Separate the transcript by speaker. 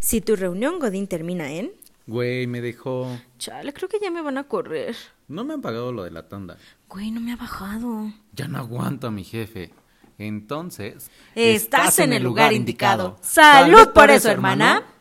Speaker 1: Si tu reunión Godín termina en...
Speaker 2: Güey, me dejó.
Speaker 1: Chale, creo que ya me van a correr.
Speaker 2: No me han pagado lo de la tanda.
Speaker 1: Güey, no me ha bajado.
Speaker 2: Ya no aguanto a mi jefe. Entonces.
Speaker 1: Estás en el lugar indicado. Salud por eso, hermana.